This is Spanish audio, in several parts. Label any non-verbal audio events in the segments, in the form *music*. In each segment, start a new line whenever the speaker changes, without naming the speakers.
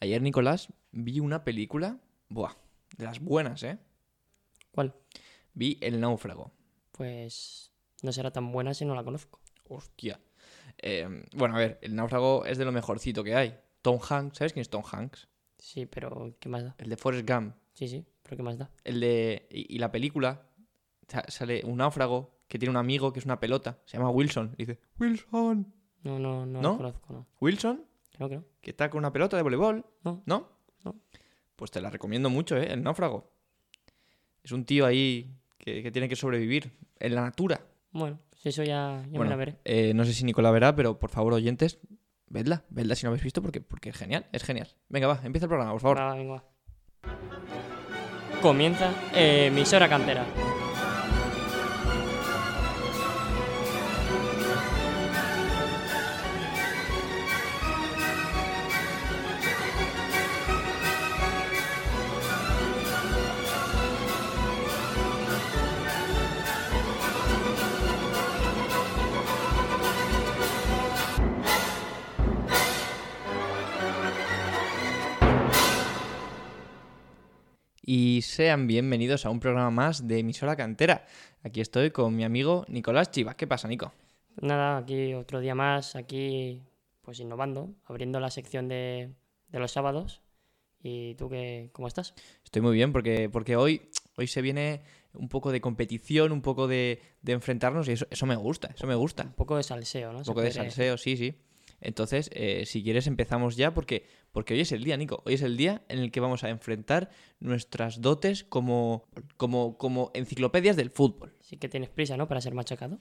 Ayer, Nicolás, vi una película, buah, de las buenas, ¿eh?
¿Cuál?
Vi El Náufrago.
Pues no será tan buena si no la conozco.
Hostia. Eh, bueno, a ver, El Náufrago es de lo mejorcito que hay. Tom Hanks, ¿sabes quién es Tom Hanks?
Sí, pero ¿qué más da?
El de Forrest Gump.
Sí, sí, pero ¿qué más da?
El de. Y, y la película sa- sale un náufrago que tiene un amigo que es una pelota. Se llama Wilson. Y dice, Wilson.
No, no, no,
¿No?
la conozco, no.
Wilson,
Creo que no.
que está con una pelota de voleibol.
No.
¿No?
No.
Pues te la recomiendo mucho, ¿eh? El náufrago. Es un tío ahí que, que tiene que sobrevivir en la natura.
Bueno, pues eso ya, ya me
Bueno,
la veré.
Eh, no sé si Nicolás verá, pero por favor, oyentes, vedla, vedla si no habéis visto, porque, porque es genial, es genial. Venga, va, empieza el programa, por favor.
Va, venga, va. Comienza eh, emisora cantera.
Y sean bienvenidos a un programa más de Emisora Cantera. Aquí estoy con mi amigo Nicolás Chivas. ¿Qué pasa, Nico?
Nada, aquí otro día más, aquí pues innovando, abriendo la sección de, de los sábados. ¿Y tú qué, cómo estás?
Estoy muy bien porque, porque hoy, hoy se viene un poco de competición, un poco de, de enfrentarnos y eso, eso me gusta, eso me gusta.
Un poco de salseo, ¿no?
Un
Se
poco de
podría-
salseo, sí, sí. Entonces, eh, si quieres empezamos ya porque, porque hoy es el día, Nico. Hoy es el día en el que vamos a enfrentar nuestras dotes como, como, como enciclopedias del fútbol.
Sí que tienes prisa, ¿no? Para ser machacado.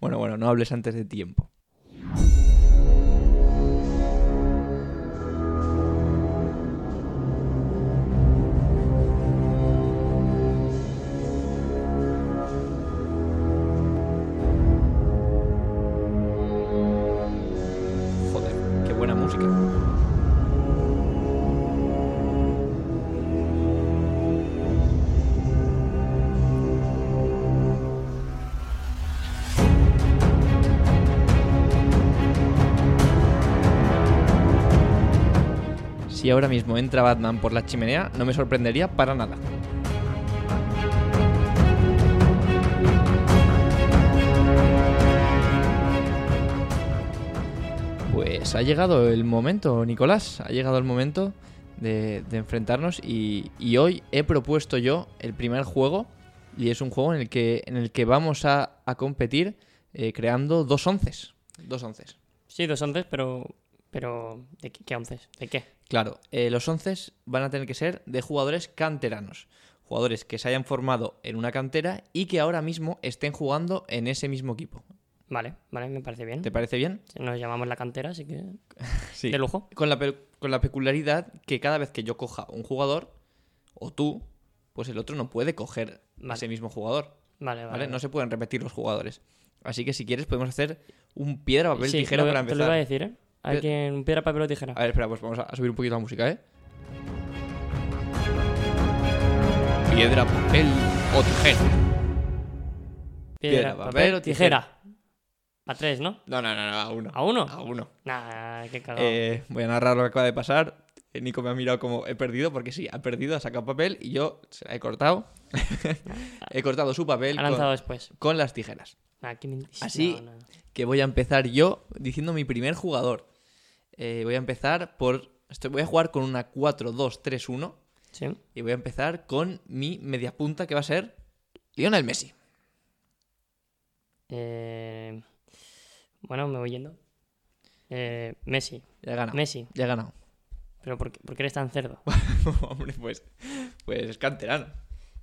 Bueno, bueno, no hables antes de tiempo. Joder, qué buena música. Si ahora mismo entra Batman por la chimenea, no me sorprendería para nada. Pues ha llegado el momento, Nicolás, ha llegado el momento de, de enfrentarnos y, y hoy he propuesto yo el primer juego y es un juego en el que, en el que vamos a, a competir eh, creando dos onces. Dos onces.
Sí, dos onces, pero... pero ¿De qué, qué onces? ¿De qué?
Claro, eh, los 11 van a tener que ser de jugadores canteranos, jugadores que se hayan formado en una cantera y que ahora mismo estén jugando en ese mismo equipo.
Vale, vale, me parece bien.
¿Te parece bien?
Nos llamamos la cantera, así que...
Sí.
De lujo.
Con la, pe- con la peculiaridad que cada vez que yo coja un jugador, o tú, pues el otro no puede coger
Vale.
ese mismo jugador,
Vale,
¿vale?
vale.
No se pueden repetir los jugadores. Así que si quieres podemos hacer un piedra, papel,
Sí,
tijera
lo-
para
Te lo iba a
empezar.
decir, ¿eh? Hay
Pe-
que un piedra, papel o tijera.
A ver, espera, pues vamos a a subir un poquito la música, ¿eh? Piedra, papel o tijera. piedra, papel o
A tres, ¿no?
No, no, no, no, a uno.
¿A uno?
A uno.
Nah, qué cagado.
Eh, voy a narrar lo que acaba de pasar. Eh, Nico me ha mirado como he perdido, porque sí, ha perdido, ha sacado papel y yo se la he cortado. *laughs* he cortado su papel
ha
con,
lanzado después.
con las tijeras.
Nah, qué mentira,
Así-
no, no.
Que voy a empezar yo diciendo mi primer jugador. Eh, voy a empezar por. estoy- voy a jugar con una 4-2-3-1
Sí.
y voy a empezar con mi media punta que va a ser Lionel Messi.
Eh, Bueno, me voy yendo. Eh, Messi.
Ya he ganado.
Messi.
Ya he ganado. *laughs*
Pero ¿por qué, por qué eres tan cerdo?
Hombre, pues, pues es canterano.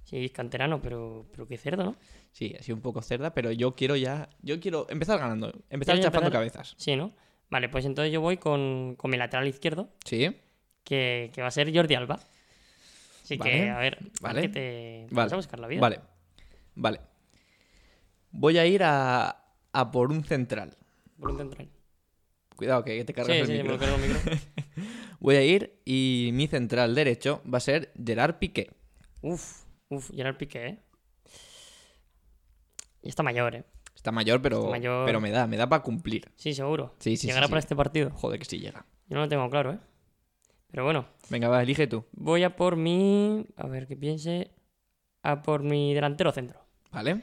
Sí, es canterano, pero, pero qué cerdo, ¿no?
Sí, ha sido un poco cerda, pero yo quiero ya. Yo quiero empezar ganando, empezar
¿Quieres
chafando
empezar?
cabezas.
Sí, ¿no? Vale, pues entonces yo voy con, con mi lateral izquierdo,
Sí,
que, que va a ser Jordi Alba. Así
Vale,
que, a ver,
vale,
que te, te
vale,
vas a buscar la vida.
vale. Vale. Voy a ir a, a por un central.
Por un central.
Cuidado que te cargas
Sí,
el
sí, sí, me
micro.
lo cargo el micro.
*laughs* Voy a ir y mi central derecho va a ser Gerard Piqué.
Uf, uf, Gerard Piqué, ¿eh? Y está mayor, ¿eh?
Está mayor, pero,
Está mayor.
pero me da, me da para cumplir.
Sí, seguro.
Sí, sí, sí,
Llegará
sí.
para este partido.
Joder, que sí llega.
Yo no lo tengo claro, ¿eh? Pero bueno,
Venga, va, elige tú.
voy a por mi. A ver que piense. A por mi delantero centro.
¿Vale?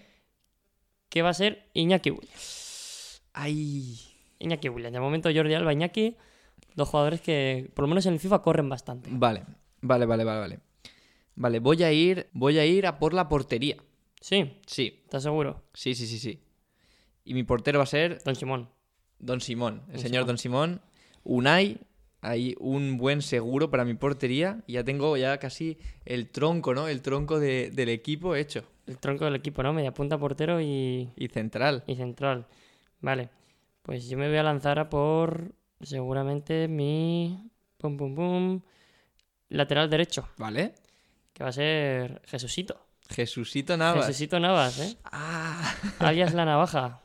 Que va a ser Iñaki Williams.
Ay.
Iñaki Williams. De momento Jordi Alba, Iñaki. Dos jugadores que, por lo menos en el FIFA, corren bastante.
Vale, vale, vale, vale, vale. Vale, voy a ir, voy a ir a por la portería.
Sí,
Sí,
¿estás seguro?
sí, sí, sí, sí. Y mi portero va a ser
Don Simón.
Don Simón, el
Don
señor
Simón.
Don Simón. Unai, hay un buen seguro para mi portería. Y ya tengo ya casi el tronco, ¿no? El tronco de- del equipo hecho.
El tronco del equipo, ¿no? Media punta, portero y,
Y central.
y central. Vale. Pues yo me voy a lanzar a por seguramente mi. Pum, pum, pum. Lateral derecho,
¿Vale?
que va a ser Jesucito.
Jesucito Navas.
Jesucito
*laughs*
Navas, ¿eh?
Ah,
Alias la navaja.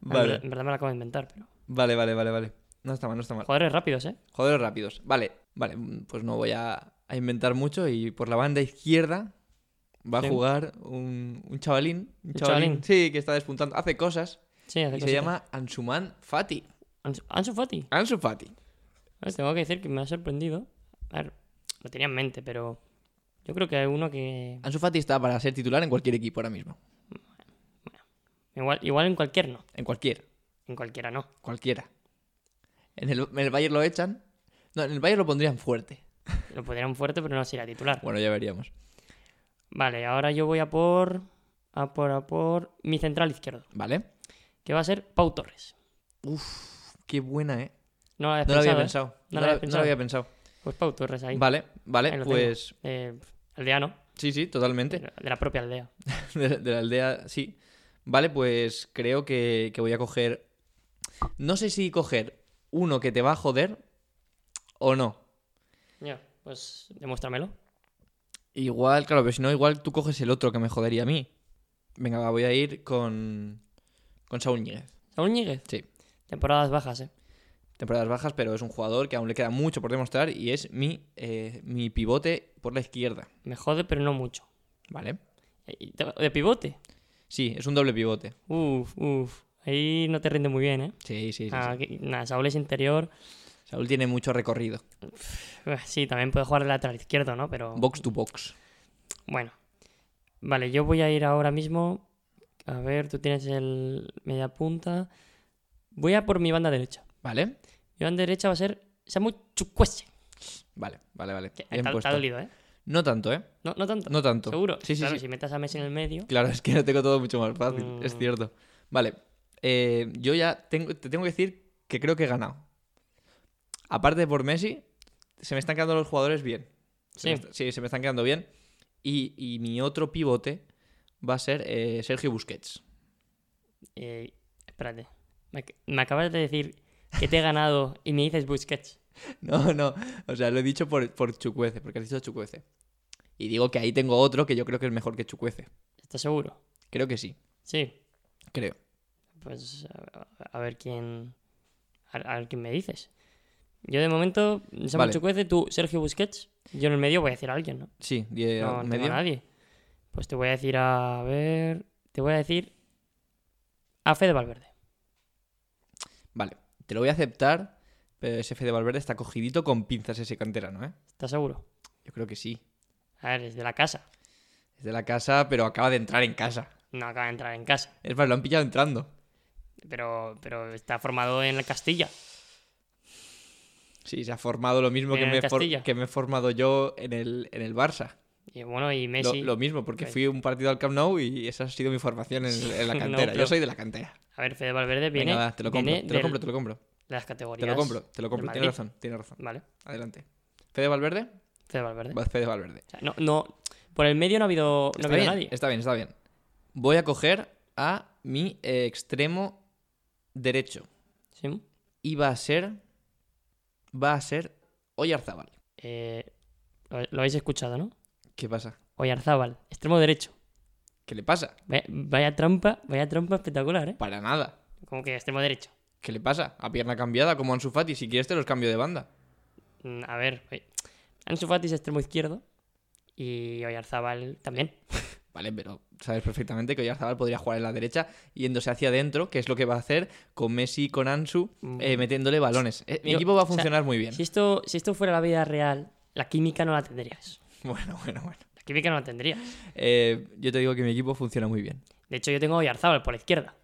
vale,
En verdad me la acabo de inventar, pero.
vale, vale, vale, vale. No está mal, no está mal.
Jugadores rápidos, ¿eh?
Jugadores rápidos. Vale, vale, mm, pues no voy a, a inventar mucho. Y por la banda izquierda va
Sí.
a jugar un, un chavalín. Un
Un
chavalín.
chavalín.
Sí, que está despuntando. Hace cosas.
Sí, hace
Y se
cositas.
llama Ansuman Fati.
Ansu, Ansu Fati.
Ansu Fati.
Pues tengo que decir que me ha sorprendido. A ver, lo tenía en mente, pero. Yo creo que hay uno que.
Ansu Fati está para ser titular en cualquier equipo ahora mismo.
Igual, igual en cualquier no.
En cualquier.
En cualquiera no.
Cualquiera. En el, en el Bayern lo echan. No, en el Bayern lo pondrían fuerte.
Lo podrían fuerte, pero no sería titular.
Bueno, ya veríamos.
Vale, ahora yo voy a por. A por, a por. Mi central izquierdo,
¿Vale?
que va a ser Pau Torres.
Qué buena, ¿eh?
No lo habías
No lo había
pensado, ¿eh?
pensado. No
No lo
lo
había
había- no lo había pensado.
Pues Pau Torres ahí.
Vale,
Ahí
vale.
lo
Pues
eh, aldeano.
sí, sí, totalmente.
De la propia aldea.
*laughs* de, de la aldea, sí. Vale, pues creo que, que voy a coger. No sé si coger uno que te va a joder o no.
Ya, pues demuéstramelo.
Igual, claro, pero si no, igual tú coges el otro que me jodería a mí. Venga, va, voy a ir con. Con Saúl Ñíguez.
Saúl Ñíguez.
Sí.
Temporadas bajas, ¿eh?
Temporadas bajas, pero es un jugador que aún le queda mucho por demostrar y es mi, eh, mi pivote por la izquierda.
Me jode, pero no mucho.
¿Vale?
Y te- De pivote.
Sí, es un doble pivote.
Uf, uf. Ahí no te rinde muy bien, ¿eh?
Sí, sí, sí.
Ah,
sí.
que- nada, Saúl es interior.
Saúl tiene mucho recorrido.
Uf, Sí, también puede jugar de lateral izquierdo, ¿no? Pero.
Box to box.
Bueno. Vale, yo voy a ir ahora mismo. A ver, tú tienes el media punta. Voy a por mi banda derecha.
¿Vale?
Mi banda derecha va a ser Samu Chukwese.
Vale, vale, vale.
Que te,
Bien
ha- te
puesto.
ha dolido, ¿eh?
No tanto, ¿eh?
No, no tanto.
No tanto.
Seguro.
Sí, sí,
claro,
sí.
si metas a Messi en el medio.
Claro, es que no tengo todo mucho más fácil, es
Mm.
cierto. Vale, eh, yo ya tengo, te tengo que decir que creo que he ganado. Aparte por Messi, se me están quedando los jugadores bien. Se
Sí.
me est- sí, se me están quedando bien. Y, y mi otro pivote va a ser eh, Sergio Busquets. *laughs*
Eh, espérate. Me, ac- me acabas de decir que te he ganado *laughs* y me dices Busquets.
No, no, o sea, lo he dicho por, por Chucuece, porque has dicho Chucuece. Y digo que ahí tengo otro que yo creo que es mejor que Chucuece.
¿Estás seguro?
Creo que sí,
Sí.
creo.
Pues a, a ver quién. A, a ver quién me dices. Yo de momento, Samu
Vale.
Chukwueze, tú, Sergio Busquets. Yo en el medio voy a decir a alguien, ¿no?
Sí, die-
No, no tengo
medio.
a nadie. Pues te voy a decir a, a ver. Te voy a decir. A Fede Valverde.
Vale, te lo voy a aceptar, pero ese Fede Valverde está cogidito con pinzas ese canterano, ¿eh?
¿Estás seguro?
Yo creo que sí.
A ver, es de la casa.
Es de la casa, pero acaba de entrar en casa.
No acaba de entrar en casa.
Es más, lo han pillado entrando.
Pero, pero está formado en la Castilla.
Sí, se ha formado lo mismo
¿En
que
el
me, he for-
Castilla?
que me he formado yo en el, en el Barça.
Y bueno, y
Lo,
Messi.
lo mismo, porque
Sí.
fui un partido al Camp Nou y esa ha sido mi formación
*laughs*
en, en la
No,
cantera.
pero-
Yo soy de la cantera.
A ver, Fede Valverde viene.
Venga, va, te lo compro,
viene
te lo
del-
compro, te lo compro.
De las categorías.
Te lo compro, te lo compro.
del
Tienes
Madrid.
razón, tienes razón.
Vale,
Adelante. Fede Valverde,
Fede Valverde.
va Fede Valverde.
O sea, no, no, por el medio no ha habido, no
Pues Está
ha habido
bien,
nadie.
está bien, está bien. Voy a coger a mi eh, extremo derecho.
Sí.
Y va a ser. Va a ser Oyarzábal.
Eh, lo, lo habéis escuchado, ¿no?
¿Qué pasa?
Oyarzábal, extremo derecho.
¿Qué le pasa?
Vaya, vaya trampa, vaya trampa espectacular, ¿eh?
Para nada.
Como que extremo derecho.
¿Qué le pasa? A pierna cambiada, como Ansu Fati. Si quieres, te los cambio de banda.
Mm, A ver, oye, Ansu Fati es extremo izquierdo y Oyarzábal también.
Vale, pero sabes perfectamente que Oyarzabal podría jugar en la derecha yéndose hacia adentro, que es lo que va a hacer con Messi y con Ansu
Mm.
eh, metiéndole balones. Eh, mi
Yo-
equipo va a
o sea,
funcionar muy bien. *laughs*
Si esto, si esto fuera la vida real, la química no la tendrías.
Bueno, bueno, bueno.
La química no la tendrías.
Eh, yo te digo que mi equipo funciona muy bien.
De hecho, yo tengo a Oyarzábal por la izquierda.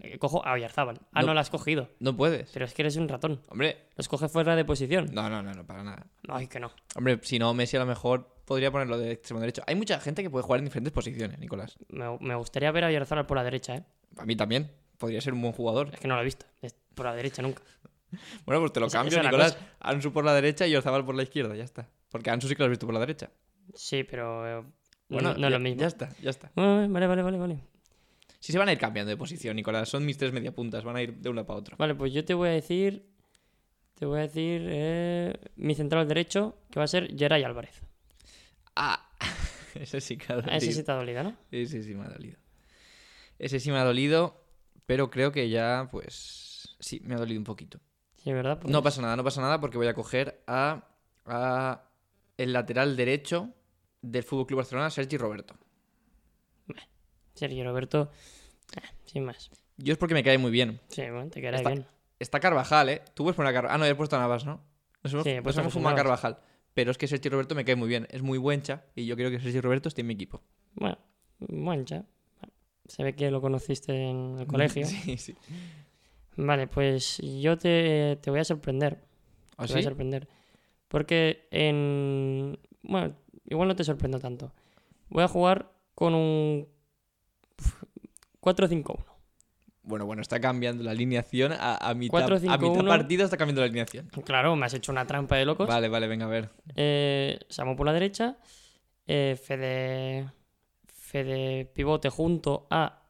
Eh, Cojo a Oyarzábal. Ah,
No.
no, la has cogido.
No puedes.
Pero es que eres un ratón.
Hombre,
Los coge fuera de posición.
no, no, no, no, para nada.
Ay, que no.
Hombre, si no, Messi a lo mejor podría ponerlo de extremo derecho. Hay mucha gente que puede jugar en diferentes posiciones, Nicolás.
Me, me gustaría ver a Oyarzábal por la derecha, ¿eh?
A mí también. Podría ser un buen jugador.
Es que no lo he visto. Es- Por la derecha nunca.
Bueno, pues te lo
Esa-
cambio,
esa es la
Nicolás. Ansu por la derecha y Orzabal por la izquierda, ya está. Porque Ansu sí que lo has visto por la derecha.
Sí, pero. eh,
Bueno,
no no es
ya-
lo mismo.
Ya está, ya está.
Ah, Vale, vale, vale, vale.
Sí se van a ir cambiando de posición, Nicolás. Son mis tres mediapuntas, van a ir de una para otra.
Vale, pues yo te voy a decir. Te voy a decir. eh, mi central derecho, que va a ser Geray Álvarez.
Ah, *laughs* ese sí que ha
Ah, Ese
dolido.
sí te ha dolido, ¿no?
Sí, sí, sí me ha dolido. Ese sí me ha dolido, pero creo que ya, pues... Sí, me ha dolido un poquito.
Sí, ¿verdad? Pues-
No pasa nada, no pasa nada porque voy a coger a, a el lateral derecho del Fútbol Club Barcelona, Sergi Roberto.
Sergio Roberto. eh, sin más.
Yo es porque me cae muy bien.
Sí, bueno, te quedará
Está-
bien.
Está Carvajal, ¿eh? Tú puedes poner a Carvajal. Ah, no, he puesto a Navas, ¿no? Nos hemos,
Sí, he
nos
puesto a
hemos
Jesús
fumado a
Navas.
Carvajal. Pero es que Sergi Roberto me cae muy bien. Es muy buencha y yo creo que Sergi Roberto esté en mi equipo.
Bueno, mancha. Se ve que lo conociste en el
Mm,
colegio.
*laughs* Sí, sí.
Vale, pues yo te, te voy a sorprender.
¿Ah,
Te voy
sí?
a sorprender. Porque en. Bueno, igual no te sorprendo tanto. Voy a jugar con un. 4-5-1.
Bueno, bueno, está cambiando la alineación a, a mitad,
Cuatro,
a
cinco,
mitad
uno.
partido está cambiando la alineación.
Claro, me has hecho una trampa de locos.
Vale, vale, venga, a ver.
Eh, Samu por la derecha. Eh, Fede. Fede pivote junto a.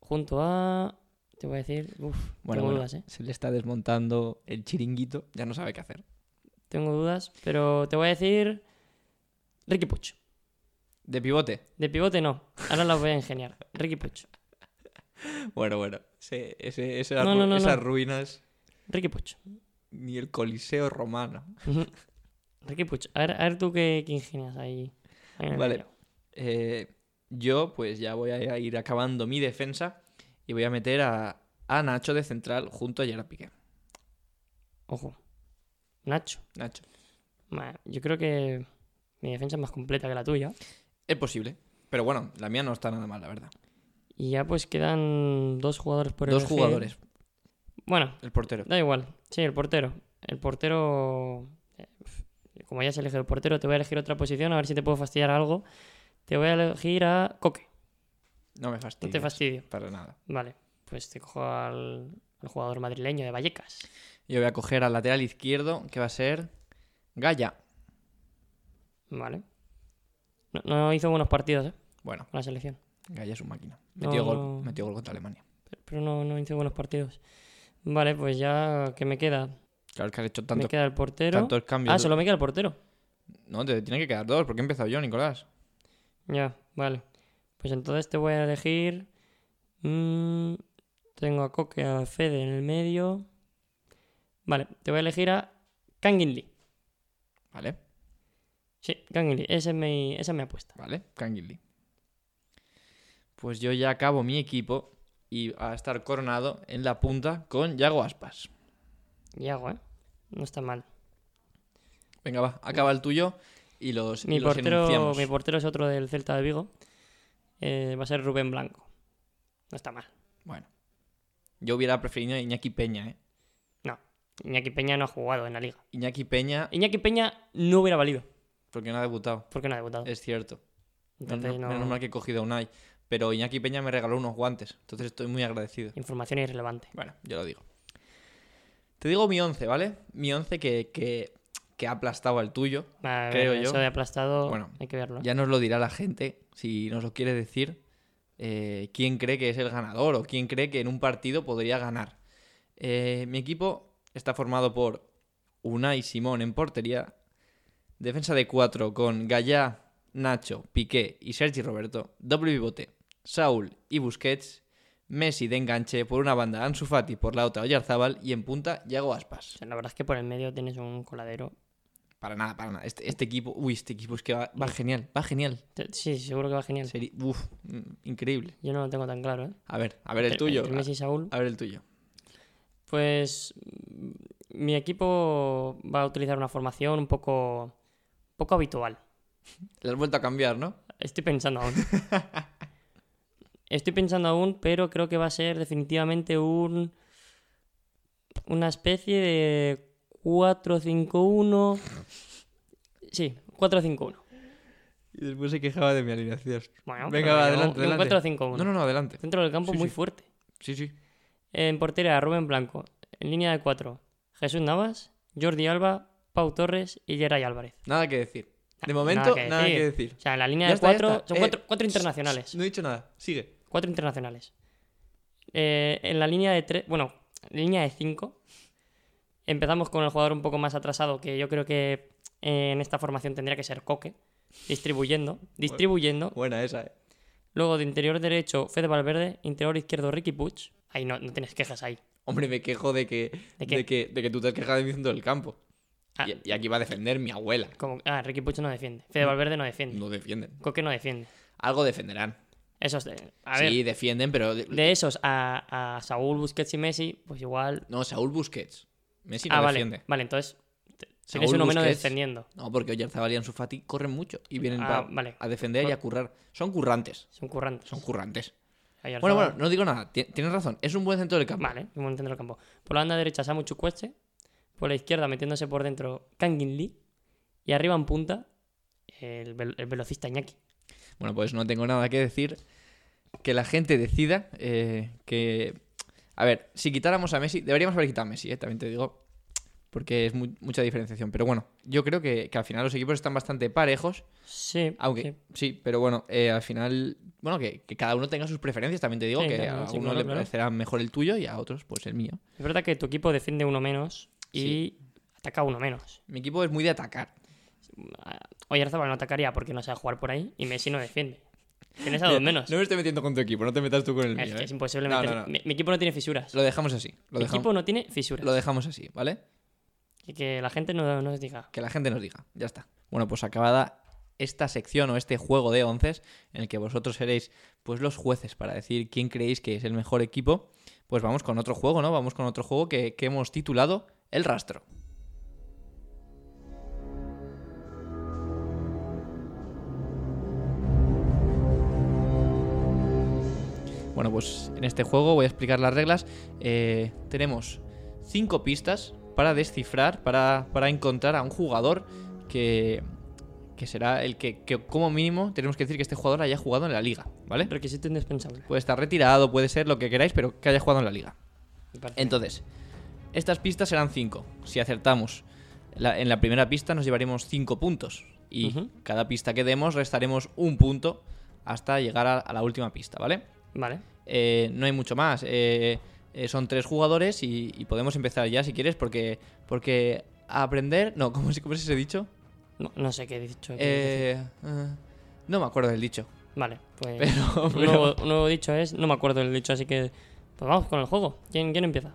Junto a. Te voy a decir. Uf,
Bueno,
tengo
bueno,
dudas, eh.
se le está desmontando el chiringuito. Ya no sabe qué hacer.
Tengo dudas, pero te voy a decir. Ricky Puch.
De pivote.
De pivote no. Ahora las voy a ingeniar. Ricky Puch.
Bueno, bueno. Ese, ese- esa
No,
ru-
no, no,
esas
no.
ruinas,
Ricky Puch.
ni el Coliseo romano.
Ricky Puch. A ver, a ver tú qué, qué ingenias ahí. ahí en el
Vale.
medio.
Eh, yo, pues ya voy a ir acabando mi defensa y voy a meter a, a Nacho de central junto a Gerard Piqué.
Ojo. Nacho.
Nacho.
Ma- Yo creo que mi defensa es más completa que la tuya.
Es posible. Pero bueno, la mía no está nada mal, la verdad.
Y ya pues quedan dos jugadores por
Dos
elegir.
jugadores.
Bueno,
El portero.
da igual. Sí, el portero. El portero. eh, pf, Como ya has elegido el portero, te voy a elegir otra posición, a ver si te puedo fastidiar algo. Te voy a elegir a Coque.
No me
No
fastidies.
te fastidio.
Para nada.
Vale, pues te cojo al, al jugador madrileño de Vallecas.
Yo voy a coger al lateral izquierdo, que va a ser Gaya.
Vale. No, no hizo buenos partidos, ¿eh?
Bueno,
Con la selección.
Gaya es un máquina.
No,
Metió,
no.
gol, metió gol contra Alemania.
Pero no, no hizo buenos partidos. Vale, pues ya, ¿qué me queda?
Claro que has hecho tantos,
me queda el portero.
tantos cambios.
Ah, solo me queda el portero.
No, te tienen que quedar dos, porque he empezado yo, Nicolás.
Ya, vale. Pues entonces te voy a elegir. mm, tengo a Coque, a Fede en el medio. Vale, te voy a elegir a Kangin Lee.
Vale,
Sí, Kangin Lee. Esa es mi, esa es mi apuesta.
vale, Kangili. Pues yo ya acabo mi equipo y a estar coronado en la punta con Yago Aspas.
Y hago, ¿eh? No está mal.
Venga, va, acaba el tuyo y los, y
Mi
los
portero,
enunciamos.
mi portero es otro del Celta de Vigo. Eh, va a ser Rubén Blanco. No está mal.
Bueno, yo hubiera preferido a Iñaki Peña, ¿eh?
Iñaki Peña no ha jugado en la liga.
Iñaki Peña,
Iñaki Peña no hubiera valido
porque no ha debutado,
porque no ha debutado.
es cierto.
Entonces,
Menos, Eh,
no...
menos mal que he cogido a Unai. Pero Iñaki Peña me regaló unos guantes, entonces estoy muy agradecido.
información irrelevante.
Bueno, yo lo digo. Te digo mi 11, ¿vale? Mi 11 que, que, que ha aplastado al tuyo.
Va,
Creo
eso
yo.
de aplastado,
Bueno,
hay que verlo. ¿eh?
Ya nos lo dirá la gente, si nos lo quiere decir, eh, quién cree que es el ganador o quién cree que en un partido podría ganar. Eh, mi equipo está formado por Unai Simón en portería, defensa de 4 con Gallá, Nacho, Piqué y Sergi Roberto, doble pivote, Saúl y Busquets, Messi de enganche, por una banda Ansu Fati, por la otra Oyarzábal y en punta Yago Aspas.
O sea, la verdad es que por el medio tienes un coladero
Para nada, para nada. Este, este equipo, uy, este equipo es que va, va genial, va genial.
Te- Sí, seguro que va genial.
Sería, uf, mm, increíble.
Yo no lo tengo tan claro, ¿eh?
A ver, a ver el
Entre-
tuyo.
entre Messi y Saúl.
A ver el tuyo.
Pues mm, mi equipo va a utilizar una formación un poco, poco habitual.
Lo has vuelto a cambiar, ¿no?
Estoy
*laughs*
pensando aún. Estoy pensando aún, pero creo que va a ser definitivamente un una especie de 4-5-1. Sí, 4-5-1.
Y después se quejaba de mi alineación.
Bueno,
Venga,
pero
va,
un-
adelante,
un
adelante.
4-5-1.
No, no, no, adelante.
Centro del campo
Sí,
muy
sí.
fuerte.
Sí, sí.
En portería, Rubén Blanco. En línea de 4, Jesús Navas, Jordi Alba, Pau Torres y Geray Álvarez.
Nada que decir. De
Nada
momento,
que
nada que
decir.
decir.
O sea, en la línea
Ya
de
está, ya
4
está.
son
Eh,
4 internacionales.
No he dicho nada. Sigue.
Cuatro internacionales. Eh, en la línea de tres, bueno, línea de cinco. Empezamos con el jugador un poco más atrasado, que yo creo que eh, en esta formación tendría que ser Coque, distribuyendo, distribuyendo.
Buena esa, eh.
Luego de interior derecho, Fede Valverde, interior izquierdo, Ricky Puig. Ahí no, no tienes quejas ahí.
Hombre, me quejo de que,
¿De qué?
de que, de que tú te has quejado de mi centro del campo.
Ah.
Y, y aquí va a defender mi abuela.
Como, ah, Ricky Puig no defiende, Fede
Mm.
Valverde no defiende,
No defienden.
Coque no defiende.
Algo defenderán.
Esos, de- a
sí,
ver,
defienden, pero. de-
de esos a, a Saúl, Busquets y Messi, pues igual...
No, Saúl Busquets. Messi no
ah, vale,
defiende.
vale, entonces te- tienes
Saúl
uno menos
Busquets.
defendiendo.
No, porque Oyarzabal y Ansu Fati corren mucho y vienen
Ah,
pa-
vale.
a defender y a currar. Son currantes.
Son currantes.
Son currantes. Bueno,
Oyarzabal.
bueno, no digo nada. Ti- Tienes razón. Es un buen centro del campo.
Vale, un centro del campo. Por la banda derecha, Samu Chukwueze. Por la izquierda, metiéndose por dentro, Kangin Lee. Y arriba en punta, el, vel- el velocista Iñaki.
Bueno, pues no tengo nada que decir. Que la gente decida eh, que... A ver, si quitáramos a Messi, deberíamos haber quitado a Messi, eh, también te digo, porque es mu- mucha diferenciación. Pero bueno, yo creo que, que al final los equipos están bastante parejos,
Sí,
aunque
sí.
sí, pero bueno, eh, al final, bueno, que, que cada uno tenga sus preferencias, también te digo,
Sí,
que
claro,
a
sí,
uno
claro,
le
claro.
parecerá mejor el tuyo y a otros pues el mío.
Es verdad que tu equipo defiende uno menos y ataca uno menos.
Mi equipo es muy de atacar.
Oyarzabal no atacaría porque no sabe jugar por ahí y Messi no defiende. Tienes a dos menos.
No me estoy metiendo con tu equipo, no te metas tú con el
es
mío.
que
eh.
es imposible
No,
meter-
no, no.
Mi, mi equipo no tiene fisuras.
Lo dejamos así, lo,
mi
dejam-
equipo no tiene fisuras.
lo dejamos así, ¿vale?
Y que la gente no, no nos diga.
que la gente nos diga. Ya está. Bueno, pues acabada esta sección o este juego de onces en el que vosotros seréis pues los jueces para decir quién creéis que es el mejor equipo, pues vamos con otro juego, ¿no? Vamos con otro juego que, que hemos titulado El Rastro. Bueno, pues en este juego voy a explicar las reglas. Eh, tenemos cinco pistas para descifrar, para, para encontrar a un jugador que, que será el que, que como mínimo tenemos que decir que este jugador haya jugado en la liga, ¿vale?
Requisito indispensable.
Puede estar retirado, puede ser lo que queráis, pero que haya jugado en la liga.
me parece.
Entonces, estas pistas serán cinco. Si acertamos la- en la primera pista nos llevaremos cinco puntos y
Ujú.
cada pista que demos restaremos un punto hasta llegar a- a la última pista, ¿vale?
Vale.
Eh, no hay mucho más. Eh, eh, son tres jugadores y, y podemos empezar ya si quieres, porque, porque aprender. No, ¿cómo, se- cómo se ha dicho?
No, no sé qué he dicho. qué he dicho.
Eh, eh, no me acuerdo del dicho.
Vale,
*laughs*
pues.
Pero,
Un
pero-
nuevo, un nuevo dicho es, no me acuerdo del dicho, así que pues vamos con el juego. ¿Quién, quién empieza?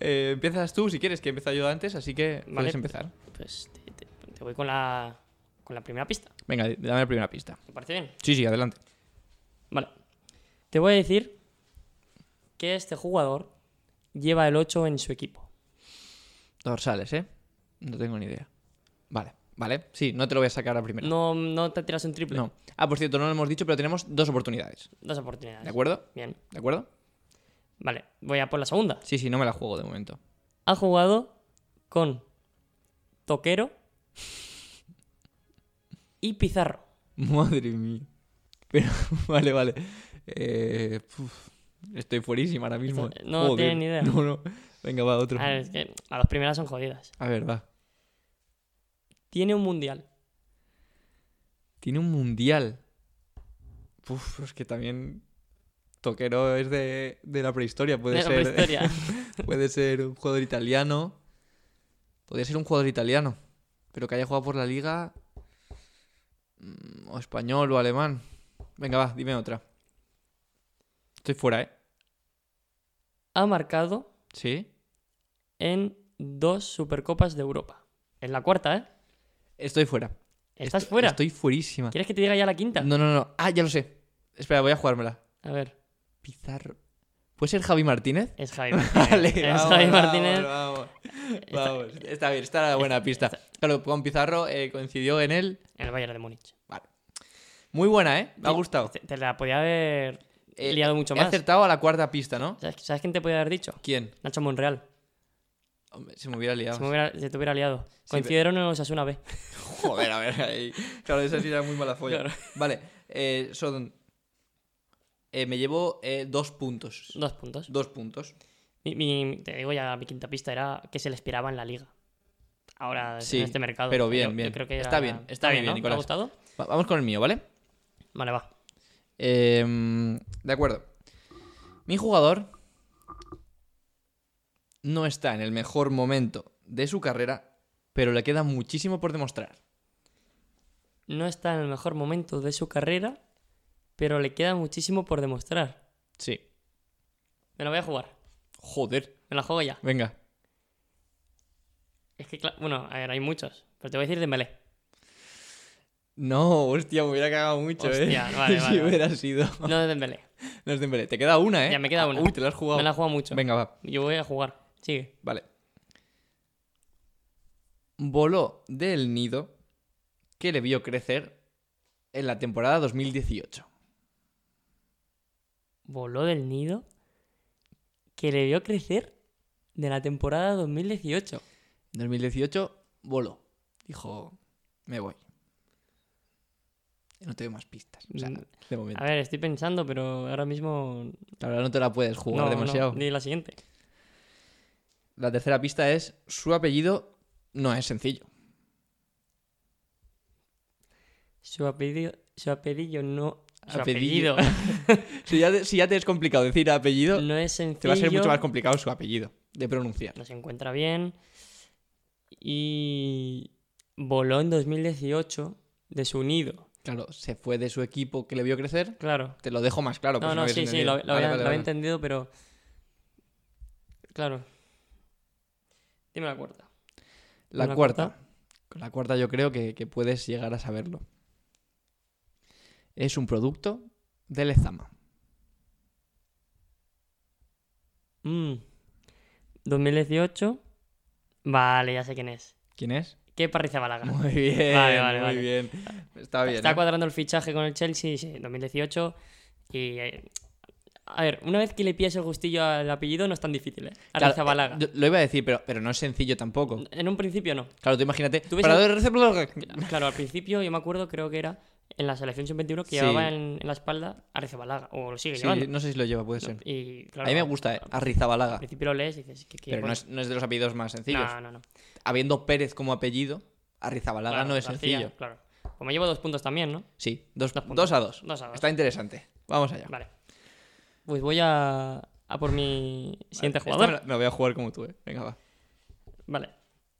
eh, empiezas tú si quieres, que he empezado yo antes, así que
Vale.
puedes empezar.
Pues te, te- te voy con la, con la primera pista.
Venga, d- dame la primera pista.
¿Te parece bien?
Sí, sí, adelante.
Vale. Te voy a decir que este jugador lleva el 8 en su equipo.
Dorsales, ¿eh? No tengo ni idea. Vale, vale. Sí, no te lo voy a sacar a primera.
No, no te tiras un triple.
No. Ah, por cierto, no lo hemos dicho, pero tenemos dos oportunidades.
Dos oportunidades.
¿De acuerdo?
Bien.
¿De acuerdo?
Vale, voy a por la segunda.
Sí, sí, no me la juego de momento.
Ha jugado con Toquero y Pizarro.
*laughs* Madre mía. Pero, *laughs* vale, vale. Eh, puf, estoy fuerísima ahora mismo. eh.
Esto- no tiene ni idea.
No, no. Venga, va, otro.
A ver, es que a las primeras son jodidas.
A ver, va.
Tiene un mundial.
Tiene un mundial. Puf, es que también. Toquero es de, de la prehistoria. Puede
Era
ser. ¿eh?
prehistoria.
*laughs* Puede ser un jugador italiano. Podría ser un jugador italiano. Pero que haya jugado por la liga. mm, O español o alemán. Venga, va, dime otra. Estoy fuera, ¿eh?
ha marcado
Sí.
en dos Supercopas de Europa. Es la cuarta, ¿eh?
Estoy fuera.
Estás
Esto-
fuera.
Estoy fuerísima.
¿Quieres que te diga ya la quinta?
No, no, no. Ah, ya lo sé. Espera, voy a jugármela.
A ver,
Pizarro. ¿Puede ser Javi Martínez?
*laughs*
*laughs*
es Javi Martínez. es Javi Martínez.
Vamos,
Está-
vamos. Está bien, está la buena pista. Claro, con Pizarro eh, coincidió en él.
En el Bayern de Múnich.
Muy buena, ¿eh? Me ha gustado.
Te, te la podía haber
Eh,
liado mucho
He
más.
acertado a la cuarta pista, ¿no?
¿Sabes, sabes quién te podía haber dicho?
¿Quién?
Nacho Monreal.
Hombre, se me hubiera liado.
Si me hubiera- si te hubiera liado.
Sí,
Coincidieron en Osasuna B.
*laughs* Joder, a ver. ahí. Claro, esa sí era muy mala folla.
Claro.
Vale, eh, son. eh, me llevo eh, dos puntos.
*laughs* Dos puntos.
Dos puntos.
Mi- mi- te digo ya, mi quinta pista era que se le esperaba en la liga. Ahora
Sí,
en este mercado.
pero
Yo-
bien,
yo
bien.
creo que
Está
era-
bien, está muy bien,
¿no? ¿Te ha
Nicolás.
gustado?
Va- vamos con el mío, ¿vale?
Vale, va.
Em, de acuerdo. Mi jugador no está en el mejor momento de su carrera, pero le queda muchísimo por demostrar.
No está en el mejor momento de su carrera, pero le queda muchísimo por demostrar.
Sí.
Me la voy a jugar.
Joder.
Me la juego ya.
Venga.
Es que, cla- bueno, a ver, hay muchos. Pero te voy a decir Dembélé.
No, hostia, me hubiera cagado mucho,
Hostia,
eh. *laughs*
vale,
si
vale,
hubiera sido.
No de Dembélé.
No es Dembélé. Te queda una, ¿eh?
Ya, me queda una.
Uy, te la has jugado.
Me la he jugado mucho.
Venga, va.
Yo voy a jugar. Sigue.
Vale. Voló del nido que le vio crecer en la temporada 2018.
Voló del nido que le vio crecer de la temporada 2018.
En 2018 voló. Dijo, me voy. No te doy más pistas. O sea,
Mm,
de momento.
A ver, estoy pensando, pero ahora mismo.
La verdad no te la puedes jugar
no,
demasiado.
No, di la siguiente.
La tercera pista es, su apellido no es sencillo.
Su apellido, su apellido no. Su
Apellido.
apellido,
*laughs* Si ya, te- si ya te es complicado decir apellido,
no es sencillo.
te va a ser mucho más complicado su apellido de pronunciar.
No se encuentra bien. Y. Voló en 2018 de su nido.
Claro, se fue de su equipo que le vio crecer.
Claro.
Te lo dejo más claro. Pues por
No,
si
no,
habías
sí, sí,
entendido.
lo, lo
Vale, vale,
había, lo
vale.
había entendido, pero. Claro. Dime la cuarta.
La
¿Una
cuarta.
cuarta?
Con la cuarta yo creo que, que puedes llegar a saberlo. Es un producto de Lezama.
Mm. 2018. Vale, ya sé quién es.
¿Quién es?
¿Qué Parrizabalaga?
Muy bien,
Ah. Vale, vale,
muy
vale.
bien. Está bien.
Está
¿eh?
cuadrando el fichaje con el Chelsea, sí, 2018. Y. eh, a ver, una vez que le pillas el gustillo al apellido, no es tan difícil, ¿eh?
Claro,
Arrizabalaga.
yo- Lo iba a decir, pero, pero no es sencillo tampoco.
En un principio no.
Claro, tú imagínate.
Tú ves
Para
el-
ver receptor-
Claro, al principio yo me acuerdo, creo que era en la selección sub-21 que
Sí.
llevaba en, en la espalda Arrizabalaga. O lo sigue
Sí,
llevando.
no sé si lo lleva, puede ser.
Y, claro,
a mí me gusta, eh, Arrizabalaga.
Al principio lo lees y dices que. que-
Pero no
bueno,
es, no es de los apellidos más sencillos.
No, no, no.
Habiendo Pérez como apellido, Arrizabalaga
Claro,
no es
García,
sencillo.
Claro. Pues me llevo dos puntos también, ¿no?
Sí, dos,
Dos puntos.
dos a dos.
Dos a dos.
Está interesante. Vamos allá.
Vale. Pues voy a, a por mi siguiente
Esta
jugador.
me la- me la voy a jugar como tú, eh. Venga, va.
Vale.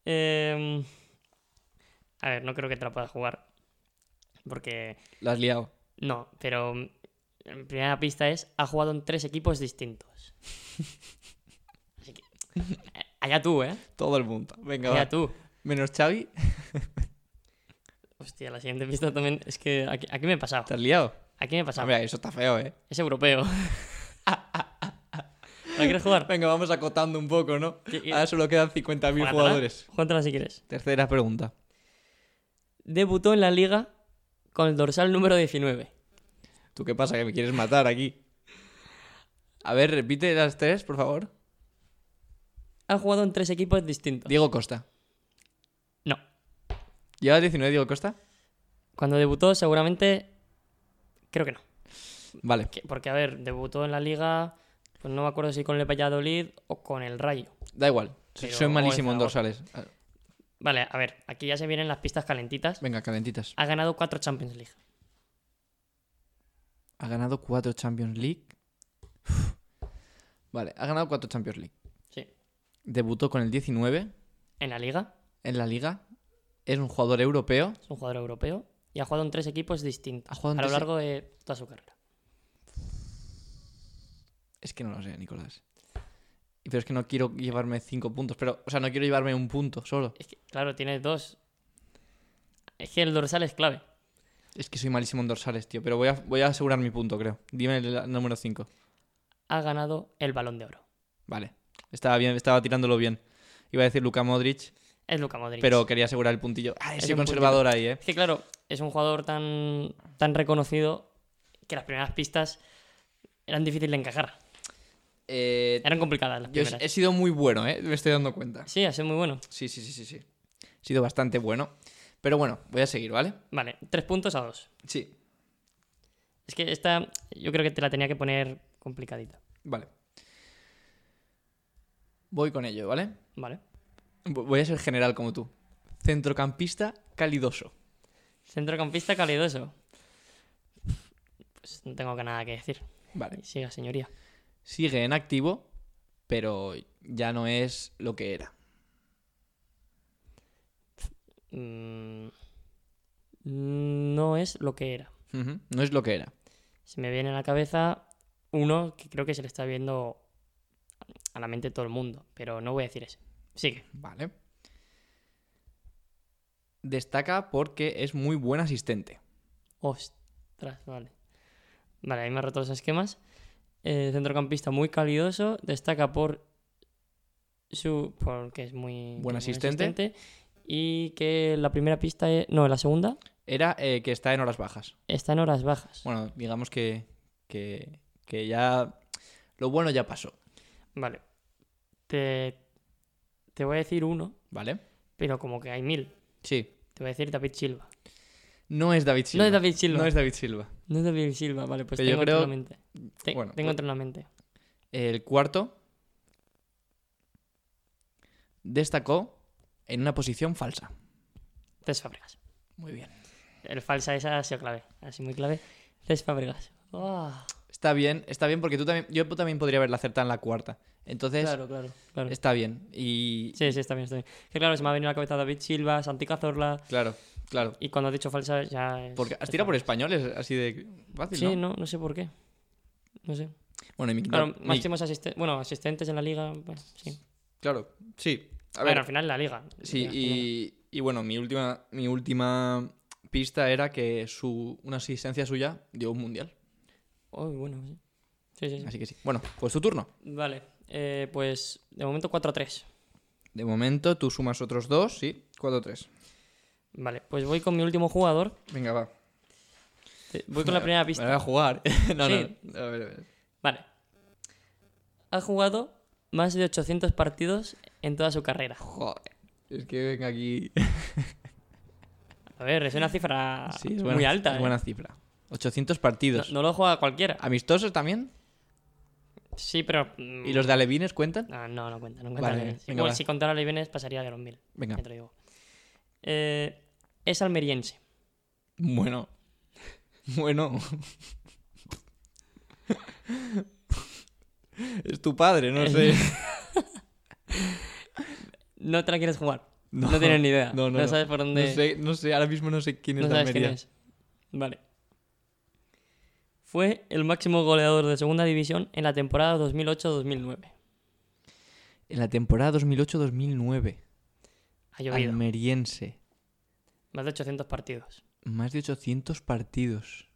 Em, a ver, no creo que te la pueda jugar. Porque.
La has liado.
No, pero. mm, En primera pista es. Ha jugado en tres
*laughs*
equipos distintos. Así que. eh, Allá tú, ¿eh?
Todo el mundo. Venga,
Allá
va.
tú.
Menos Xavi,
Hostia, la siguiente pista también. Es que aquí, aquí me he pasado.
te has liado.
Aquí me he pasado.
Hombre, eso está feo, eh.
Es europeo.
*laughs*
¿La quieres jugar?
Venga, vamos acotando un poco, ¿no?
¿Qué- qué-
Ahora solo quedan 50.000
Júgatela.
jugadores.
Júgatela si quieres.
Tercera pregunta.
Debutó en la liga con el dorsal número 19.
¿Tú qué pasa? ¿Que me quieres matar aquí? A ver, repite las tres, por favor.
Ha jugado en tres equipos distintos.
Diego Costa.
No.
¿Llevas 19 Diego Costa?
Cuando debutó, seguramente. Creo que no.
Vale.
Que- Porque, a ver, debutó en la liga. Pues no me acuerdo si con el Valladolid o con el Rayo.
Da igual.
Pero-
Soy malísimo en
o el Zaragoza.
dorsales. Ah,
Vale, a ver, aquí ya se vienen las pistas calentitas.
Venga, calentitas.
Ha ganado cuatro Champions League.
Ha ganado cuatro Champions League. Uf. Vale, ha ganado cuatro Champions League.
Sí.
Debutó con el 19
En la liga,
en la liga. Es un jugador europeo.
es un jugador europeo. Y ha jugado en tres equipos distintos.
Ha jugado en
a lo
tres e-
largo de toda su carrera.
Es que no lo sé, Nicolás. Y Pero es que no quiero llevarme cinco puntos. Pero, o sea, no quiero llevarme un punto solo.
Es que, claro, tienes dos. Es que el dorsal es clave.
Es que soy malísimo en dorsales, tío. Pero voy a, voy a asegurar mi punto, creo. Dime el la- número 5.
Ha ganado el balón de oro.
Vale. Estaba bien, estaba tirándolo bien. Iba a decir Luka Modric,
Es Luka Modric.
pero quería asegurar el puntillo. Ah,
Es
soy
un
conservador ahí, eh.
Es que, claro, es un jugador tan, tan reconocido que las primeras pistas eran difíciles de encajar.
Eh,
Eran complicadas las
yo
primeras.
he sido muy bueno, eh. Me estoy dando cuenta.
Sí, ha sido muy bueno.
Sí, sí, sí, sí, sí. He sido bastante bueno. Pero bueno, voy a seguir, ¿vale?
Vale, tres puntos a dos.
Sí,
Es que esta yo creo que te la tenía que poner complicadita.
vale. Voy con ello, ¿vale?
Vale.
Vo- Voy a ser general como tú. Centrocampista calidoso.
Centrocampista calidoso. Pues no tengo que nada que decir.
Vale.
Siga, señoría.
Sigue en activo, pero ya no es lo que era.
Mm, No es lo que era.
Ujú, No es lo que era.
Se me viene a la cabeza uno que creo que se le está viendo a la mente todo el mundo, pero no voy a decir ese. Sigue.
Vale. Destaca porque es muy buen asistente.
Ostras, vale. Vale, ahí me ha roto los esquemas. Eh, centrocampista muy calidoso, destaca por su. porque es muy.
Buen
que es
asistente.
Y que la primera pista. es- no, la segunda
Era eh, que está en horas bajas.
está en horas bajas.
Bueno, digamos que, que, que ya... Lo bueno ya pasó,
Vale. Te, te voy a decir uno,
¿vale?
pero como que hay mil.
Sí.
Te voy a decir David Silva.
No es David Silva.
No es David Silva.
No es David Silva.
No es David Silva, vale, pues
Pero yo
tengo otro
creo-
en la mente. Te-
bueno,
tengo
pues-
otro en la mente.
El cuarto destacó en una posición falsa.
Cés Fábregas.
Muy bien.
El falsa esa ha sido clave. Así muy clave. Cés Fábregas. Ah,
Está bien, está bien porque tú también, yo también podría haberla acertado en la cuarta. Entonces,
claro, claro, claro.
está bien. Y
Sí, sí, está bien, está bien. Que claro, se me ha venido a la cabeza David Silva, Santi Cazorla.
claro, claro.
Y cuando has dicho falsa ya. es-
Porque has
es
tirado por
falsa.
españoles, así de fácil,
Sí,
¿no?
no, no sé por qué. No sé.
Bueno, y mi,
Claro,
mi-
máximos asistentes. Bueno, asistentes en la liga. pues, sí.
claro, sí. A
Bueno,
ver,
al final la liga.
sí,
Ya, ya.
y, y bueno, mi última, mi última pista era que su, una asistencia suya dio un mundial.
Oh, bueno, sí. Sí, sí, sí.
Así que sí. Bueno, pues tu turno.
Vale, eh, pues de momento 4-3.
De momento, tú sumas otros dos, sí, cuatro, tres.
Vale, pues voy con mi último jugador.
Venga, va.
Te- Eh, Voy con la primera
Me
pista.
la voy a jugar. *laughs* no,
Sí.
no. A ver, a ver.
Vale. Ha jugado más de 800 partidos en toda su carrera.
Joder. Es que venga aquí.
A ver, Ah, es una cifra
*laughs* Sí, es
muy
buena-
alta.
es
¿eh?
buena cifra. 800
No,
partidos.
no lo juega cualquiera.
¿Amistosos también?
Sí, pero. mm,
¿Y los de Alevines cuentan?
Ah, no, no cuenta, no cuenta.
Vale,
Levinas.
venga,
Igual
va.
si contara Levinas pasaría de los mil.
Venga.
Ya te lo digo. Eh, es almeriense.
Bueno. *laughs* Bueno. *laughs* es tu padre, no sé.
Eh,
*laughs*
No te la quieres jugar.
*laughs* No,
No, tienes ni idea.
no, no, no.
sabes por
No
dónde.
sé, no sé, ahora mismo no sé quién es
No
la
sabes quién
Almería.
es. Vale. Fue el máximo goleador de segunda división en la temporada 2008-2009.
En la temporada 2008-2009,
Ha llovido.
almeriense,
Más de 800 partidos.
más de 800 partidos.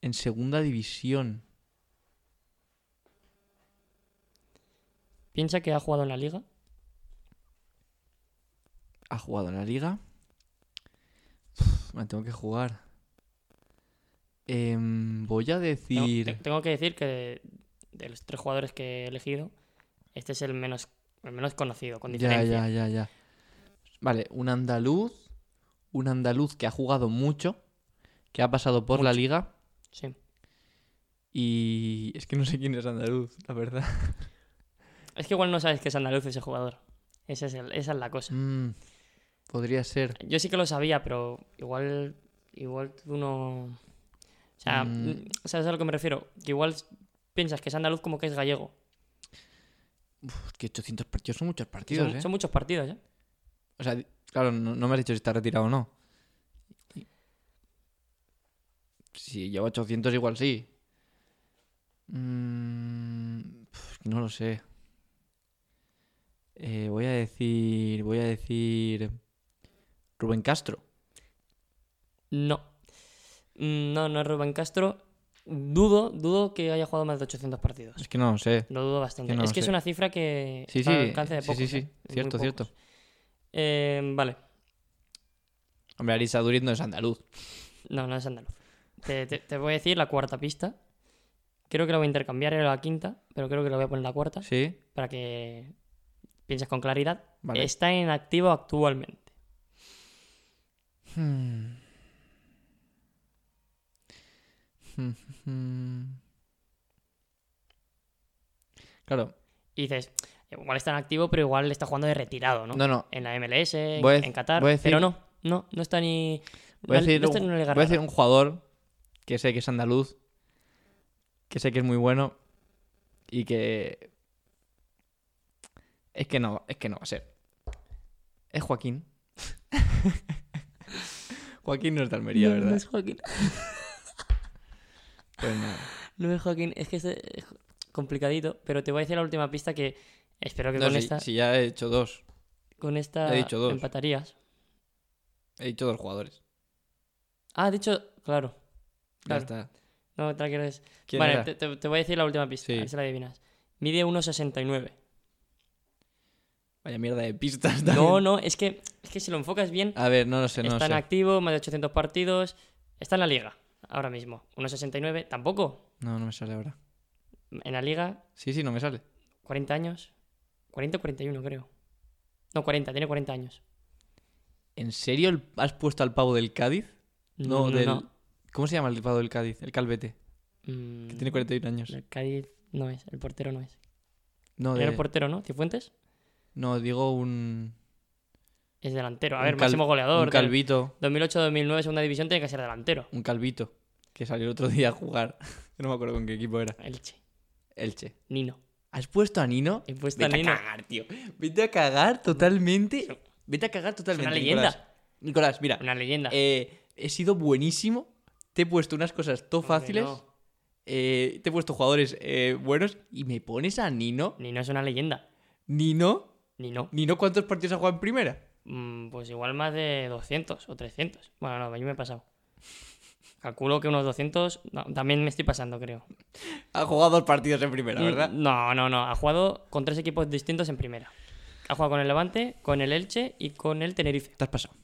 En segunda división.
Piensa que ha jugado en la liga.
ha jugado en la liga. Me la tengo que jugar. Em, voy a
Tengo,
decir.
te- tengo que decir que de, de los tres jugadores que he elegido, este es el menos, el menos conocido, con
ya,
diferencia.
ya, ya, ya. Vale, un andaluz. Un andaluz que ha jugado mucho. Que ha pasado por la
Mucho.
liga.
Sí.
Y es que no sé quién es andaluz, la verdad.
Es que igual no sabes que es andaluz ese jugador. Ese es el- esa es la cosa.
Mm, podría ser.
Yo sí que lo sabía, pero igual, igual tú no... O sea,
Mm.
¿sabes a lo que me refiero? Que igual piensas que es andaluz como que es gallego.
Uf, que 800 partidos son muchos
Que
partidos,
son,
¿eh?
son muchos partidos, ¿eh?
O sea, di- claro, no, no me has dicho si está retirado o no. Y- Si lleva 800, igual sí. Mm, pf, No lo sé. Eh, voy a decir. Voy a decir. Rubén Castro.
No. Mm, No, no es Rubén Castro. Dudo, dudo que haya jugado más de 800 partidos.
Es que no lo sé.
Lo dudo bastante.
Que no
es
lo
que es
sé.
una cifra que
Sí, sí.
está al alcance de
sí,
pocos.
sí, sí.
¿eh? Muy
Cierto,
pocos.
cierto.
Eh, vale.
Hombre, Arisa Duriz no es andaluz.
No, no es andaluz. Te, te- te voy a decir la cuarta pista. Creo que la voy a intercambiar, era la quinta, pero creo que la voy a poner la cuarta
Sí.
para que pienses con claridad.
Vale.
Está en activo actualmente.
Hmm. *laughs* Hmm, hmm. Claro.
Y dices, igual está en activo, pero igual está jugando de retirado, ¿no?
No, no.
En la MLS, en,
Voy a-
en Qatar.
voy a decir-
Pero no, no, no está ni.
Voy a
no-
decir,
no está
un,
en una liga
voy a
rara.
decir un jugador que sé que es andaluz, que sé que es muy bueno y que. Es que no, es que no va a ser. Es Joaquín. *laughs* Joaquín no es de Almería,
*laughs* No, No
¿verdad?
es Joaquín.
Pues no.
No es Joaquín. Es que este es complicadito. Pero te voy a decir la última pista que espero que
No,
con,
si,
esta,
si ya he hecho dos.
con esta
he dicho dos.
empatarías.
He dicho dos jugadores.
Ah, has dicho. Claro.
Ya
Claro.
está.
No, te la quieres.
¿Quién
vale,
era?
Te, te- te voy a decir la última pista.
Sí.
A ver si la adivinas.
*laughs*
Mide 1,69.
Vaya mierda de pistas.
No,
también.
no, es que, es que si lo enfocas bien,
A ver, no lo sé, Ah, no lo
está en
sé.
activo, más de 800 partidos. Está en la liga ahora mismo. 1,69. Tampoco.
No, no me sale ahora.
En la liga,
Sí, sí, no me sale.
40 años. 40 o 41, creo. No, 40, tiene 40 años.
¿En serio el- has puesto al pavo del Cádiz? No, del. ¿Cómo se llama el pavo del Cádiz? El Calvete,
Mm,
que tiene 41 años.
El Cádiz no es, el portero no es.
No,
Era
de-
el portero, ¿no? Cifuentes
no digo un.
es delantero. A
Un
ver,
cal-
máximo goleador.
un
del
calvito.
2008-2009, segunda división, tiene que ser delantero.
Un calvito. Que salió el otro *laughs* día a jugar. No me acuerdo con qué equipo era.
Elche,
Elche.
Nino.
¿Has puesto a Nino?
He puesto
Vete
a Nino.
a cagar, tío. Vete a cagar totalmente. Vete a cagar
Es
totalmente.
una leyenda.
Nicolás, Nicolás, mira.
Una leyenda.
eh, he sido buenísimo. Te he puesto unas cosas todo
Hombre,
fáciles.
no.
eh, te he puesto jugadores eh, buenos. Y me pones a Nino.
Nino es una leyenda.
Nino.
Nino.
Nino, ¿cuántos partidos ha jugado en primera?
Mm, pues igual más de 200 o 300. Bueno, no, yo me he pasado. Calculo que unos 200. no, también me estoy pasando, creo.
Ha jugado dos partidos en primera, ¿verdad?
Mm, No, no, no. Ha jugado con tres equipos distintos en primera. Ha jugado con el Levante, con el Elche y con el Tenerife.
Te has pasado.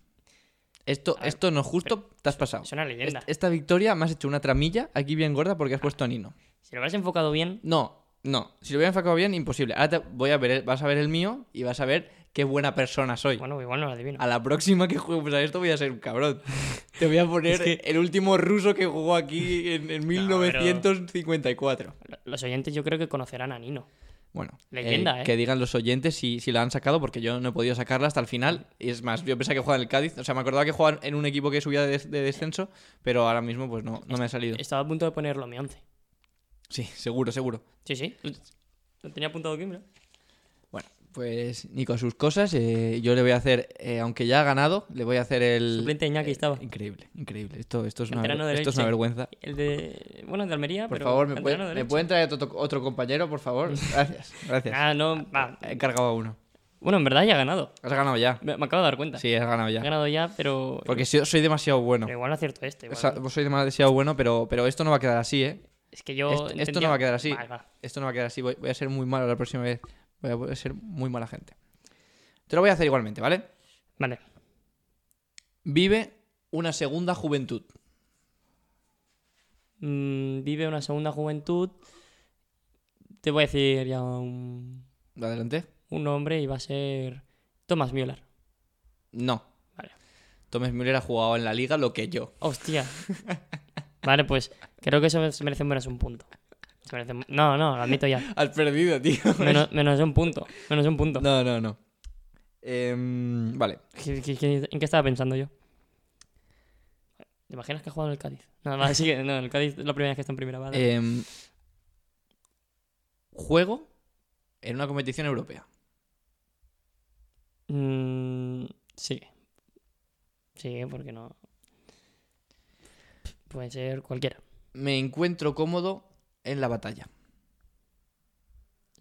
Esto,
A ver,
esto no es justo, te has pasado.
Es una leyenda.
Est- Esta victoria me has hecho una tramilla aquí bien gorda porque has puesto a Nino.
Si lo hubieras enfocado bien,
No, no. Si lo hubiera enfocado bien, imposible. Ahora te voy a ver, el- vas a ver el mío y vas a ver qué buena persona soy.
bueno, igual no lo adivino.
A la próxima que juguemos a esto voy a ser un cabrón. Te *laughs* voy a poner
Es que-
el último ruso que jugó aquí en, en 1954.
Los oyentes yo creo que conocerán a Nino.
Bueno,
Leyenda, ¿eh?
que digan los oyentes si, si la han sacado, porque yo no he podido sacarla hasta el final. Y es más, yo pensaba que jugaba en el Cádiz, o sea, me acordaba que jugaba en un equipo que subía de, des- de descenso, pero ahora mismo pues no, no me ha salido.
Estaba a punto de ponerlo mi 11.
Sí, seguro, seguro.
Sí, sí. Lo tenía apuntado aquí, mira.
Bueno, pues Nico, sus cosas, eh, yo le voy a hacer, eh, aunque ya ha ganado, le voy a hacer el... eh,
Suplente Iñaki estaba.
Increíble, increíble. Esto, esto, es, una,
Canterano
ver-
del
esto es una
Elche.
vergüenza.
El de. Bueno, el de Almería,
Por
pero.
favor, ¿me,
canterano
pueden-
del
¿me
Elche.
pueden traer otro, otro compañero, por
*laughs*
favor? Gracias, gracias.
Ah, no. va.
He encargado a uno.
Bueno, en verdad ya ha ganado.
Has ganado ya.
Me, me acabo de dar cuenta.
Sí, has ganado
Ha
ya.
ganado ya, pero.
Porque so- soy demasiado bueno.
pero igual no acierto este. igual
O sea,
no.
vos soy demasiado bueno, pero, pero esto no va a quedar así, ¿eh?
Es que yo.
esto- esto no
entendía-
va a quedar así.
Vale, va.
Esto no va a quedar así. Voy, voy a ser muy malo la próxima vez. Voy a, voy a ser muy mala gente. Te lo voy a hacer igualmente, ¿vale?
Vale.
Vive una segunda juventud.
Mm, vive una segunda juventud. Te voy a decir ya un,
Adelante.
un nombre y va a ser. Thomas Müller.
No.
Vale.
Thomas Müller ha jugado en la liga lo que yo. *laughs*
Hostia. Vale, pues creo que eso se merece menos un punto. Se merece mu- No, no, lo admito ya.
Has perdido,
*laughs*
tío.
Menos, menos un punto. Menos un punto.
No, no, no. Em, vale.
¿Qué- qué- qué- en qué estaba pensando yo? ¿Te imaginas que ha jugado en el Cádiz? No, va, sí que- no, el Cádiz es la primera vez que está en primera. Vale.
Em, juego en una competición europea.
Mm, sigue. Sigue, porque no. Puede ser cualquiera.
Me encuentro cómodo en la batalla.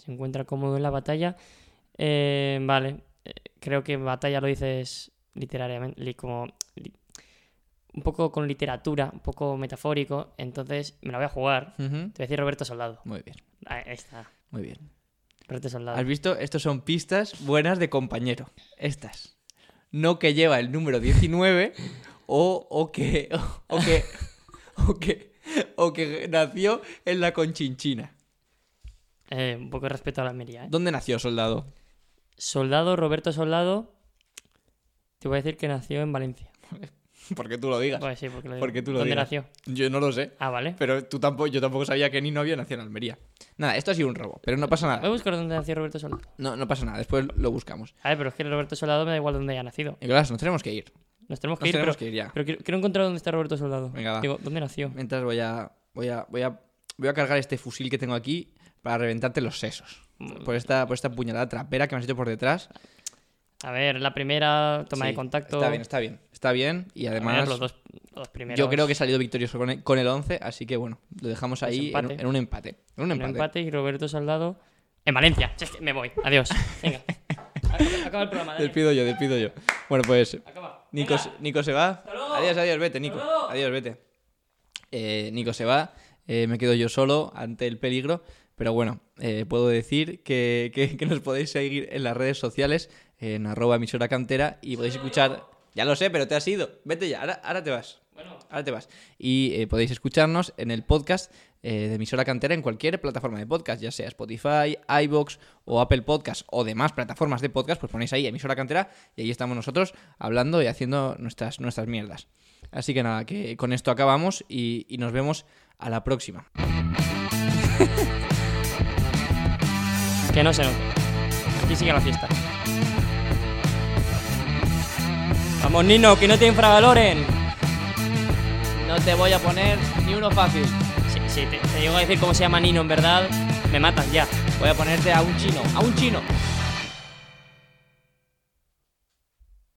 Se encuentra cómodo en la batalla. Eh, vale, eh, creo que batalla lo dices literariamente, li- como li- un poco con literatura, un poco metafórico. Entonces me la voy a jugar.
Ujú.
Te voy a decir Roberto Soldado.
Muy bien,
Ah, Ahí está,
muy bien.
Roberto Soldado.
¿Has visto? Estos son pistas buenas de compañero. Estas. No que lleva el número 19 o, o que. O, que. O que. O que nació en la Conchinchina.
Eh, un poco de respeto a la Almería. ¿eh?
¿Dónde nació soldado? *laughs*
Soldado, Roberto Soldado. Te voy a decir que nació en Valencia.
Porque tú lo digas.
Pues sí, porque lo digo.
Porque tú lo
¿Dónde
digas.
nació?
Yo no lo sé.
Ah, vale.
Pero tú tampoco, yo tampoco sabía que Nino había nacido en Almería. Nada, esto ha sido un robo, pero no pasa
Voy a
nada.
buscar dónde nació Roberto Soldado.
No, no pasa nada, después lo buscamos.
A ver, pero es que Roberto Soldado me da igual dónde haya nacido.
Nicolás, nos tenemos que ir.
Nos tenemos que
Nos
ir,
tenemos
pero,
que ir ya.
pero quiero, quiero encontrar dónde está Roberto Soldado.
Venga, va.
Digo, ¿dónde nació?
Mientras voy a, voy a, voy a, voy a cargar este fusil que tengo aquí para reventarte los sesos.
Mm.
Por esta, por esta puñalada trapera que me has hecho por detrás.
A ver, la primera toma
Sí,
de contacto.
Está bien, está bien. Está bien y
A ver,
además
los, dos, los dos primeros.
yo creo que he salido victorioso con el, con el 11, así que bueno, lo dejamos
Pues
ahí en,
empate.
en un empate. En un
un
empate.
empate y Roberto Soldado en Valencia. Si es que me voy. Adiós. Venga. Acaba- Acaba el programa. ¿eh? Dani.
Despido yo, despido yo. Bueno, pues
Acaba.
Nico,
Venga.
se- Nico se va.
luego.
Adiós, adiós, vete, Nico.
luego.
Adiós, vete. Eh, Nico se va. eh, me quedo yo solo ante el peligro. Pero bueno, eh, puedo decir que, que- que nos podéis seguir en las redes sociales, en arroba emisora cantera, y podéis escuchar. Ya lo sé, pero te has ido. Vete ya, ahora, ahora te vas.
Bueno.
Ahora te vas. Y eh, podéis escucharnos en el podcast eh, de emisora cantera en cualquier plataforma de podcast, ya sea Spotify, iBox o Apple Podcast o demás plataformas de podcast, pues ponéis ahí emisora cantera y ahí estamos nosotros hablando y haciendo nuestras, nuestras mierdas. Así que nada, que con esto acabamos y- y nos vemos a la próxima.
Que no se note. Aquí sigue la fiesta. Vamos, Nino, que no te infravaloren.
No te voy a poner ni uno fácil.
Si, si te, te llego a decir cómo se llama Nino en verdad, me matas ya.
Voy a ponerte a un chino, a un chino.